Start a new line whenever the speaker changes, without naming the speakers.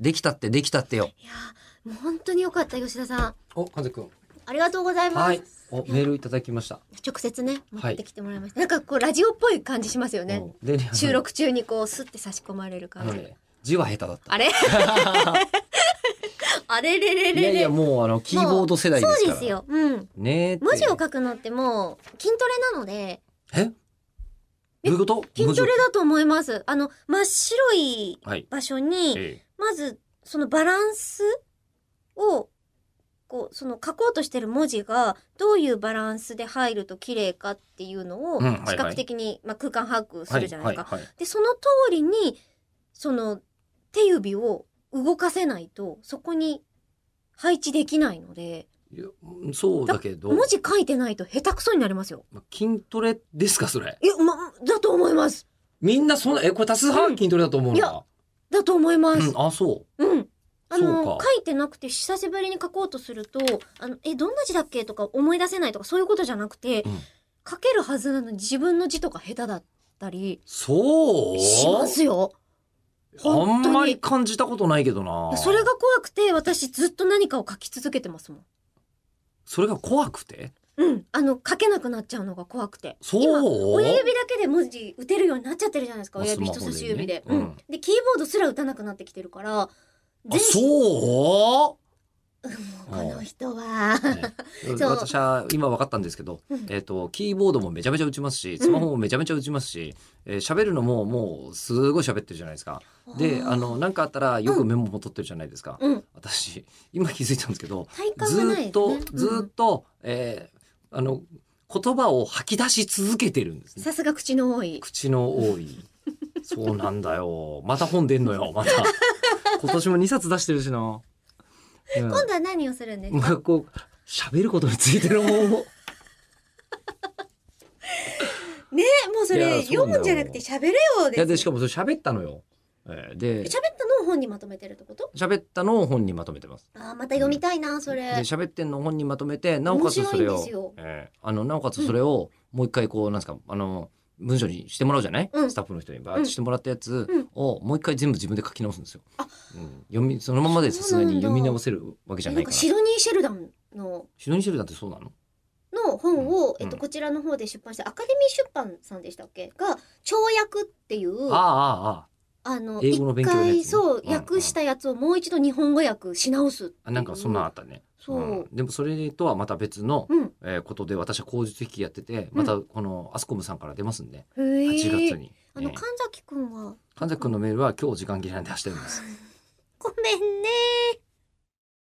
できたってできたってよ。
いやーもう本当に良かった吉田さん
お、かずくん。
ありがとうございます、
はい。お、メールいただきました。
直接ね
は
持
い
ってきてもらいました、なんかこうラジオっぽい感じしますよね
おでねあの
収録中にこうスッて差し込まれる
あ
感
の
じ、
ね、字は下手だった。
あれあれれれれれ
いやいや、もうあの、キーボード世代ですか
そう
ら。
です。ようん
ねえって。
文字を書くのってもう筋トレなので
えどういうこと
筋トレ
文
だと思いますあの真っ白い
字をはい。
場所に
え
まずそのバランスをこうその書こうとしてる文字がどういうバランスで入ると綺麗かっていうのを
うんはいはい
視覚的に、まあ、空間把握
え
するじゃないですか、
はいはいはい
でその通りにその手指を動かせないとそこに配置できないので
いやうんそうだけど、
文字書いてないと下手くそになりますよ。
ま筋トレですか、それ。
いや、ま、だと思います。
みんなそんな、え、これ多数派筋トレだと思う
い
ん
や
だ。
だと思いま
うん、
す。
あ、そう。
うん。あ
そう
の、
か
書いてなくて久しぶりに書こうとすると、あの、え、どんな字だっけとか思い出せないとかそういうことじゃなくて、
うん
書けるはずなのに自分の字とか下手だったり
そう
しますよ。
あ
本
ん
当に
まり感じたことないけど
い
な
や。それが怖くて私ずっと何かを書き続けてますもん。
それが怖くて
うん。あの、書けなくなっちゃうのが怖くて。
そう
今親指だけで文字打てるようになっちゃってるじゃないですか。
まあ
親指
スマホで
人
ね
差し指で。
う
うんん。で、キーボードすら打たなくなってきてるから、
あ、そ
もうこの人は。
う、ね
そう
私は今分かったんですけど、
うん
えっ、と、キーボードもめちゃめちゃ打ちますし、スマホもめちゃめちゃ打ちますし、えー喋るのももうすごい喋ってるじゃないですか。で、あの、、なんかあったらよくメモも取ってるじゃないですか。
うん。
私、今気づいたんですけど、
体感が
ず
ない
ーっと、ず
っ
ーっと、えーあの、言葉を吐き出し続けてるんですね。
さすが口の多い。
口の多い。そうなんだよ。また本出んの よ、また。今年も2冊出してるしな。うん
今度は何をするんですか。
まあ、こう、喋ることについての本を。
ね、もうそ
いやそうな
れ
の
読むんじゃなくて喋れよう
い
で
や、
す。
で、しかもそれ喋ったのよ。えーで
喋、ったのを本にまとめてるってこと？
喋ったのを本にまとめてます。
ああ、また読みたいなそ
で、
れ。
喋ってんのを本にまとめて、なおかつそれ
面白いん
を
ですよ、
えーあの、なおかつそれを、もう一回こう、なんですか、あの、文章にしてもらうじゃない、
うん
スタッフの人にバーッてしてもらったやつ
うん
を、もう一回全部自分で書き直すんですよ。
あ
うん読み、そのままでさすがに
そうなんだ
読み直せるわけじゃ
え
な
なん
いか。
からシドニーシェルダンの
シドニーシェルダンってそうなの
の本を、
うん
えっと
うん
こちらの方で出版したアカデミー出版さんでしたっけが跳訳っていう
ああ
あ、
ああ、ああ。
の
英語の
一
勉強のやつね
回そう
うんうん
訳したやつをもう一度日本語訳し直すっていう
あなんかそんなのあったね。
そう。
んでもそれとはまた別の、
うん。
えーことで私は工事的やってて、またこのアスコムさんから出ますんで、
へ
8
ー
月に。
あの
えー
神崎くんは
神崎くんのメールは今日時間切れなんで明日読みます。
ごめんね。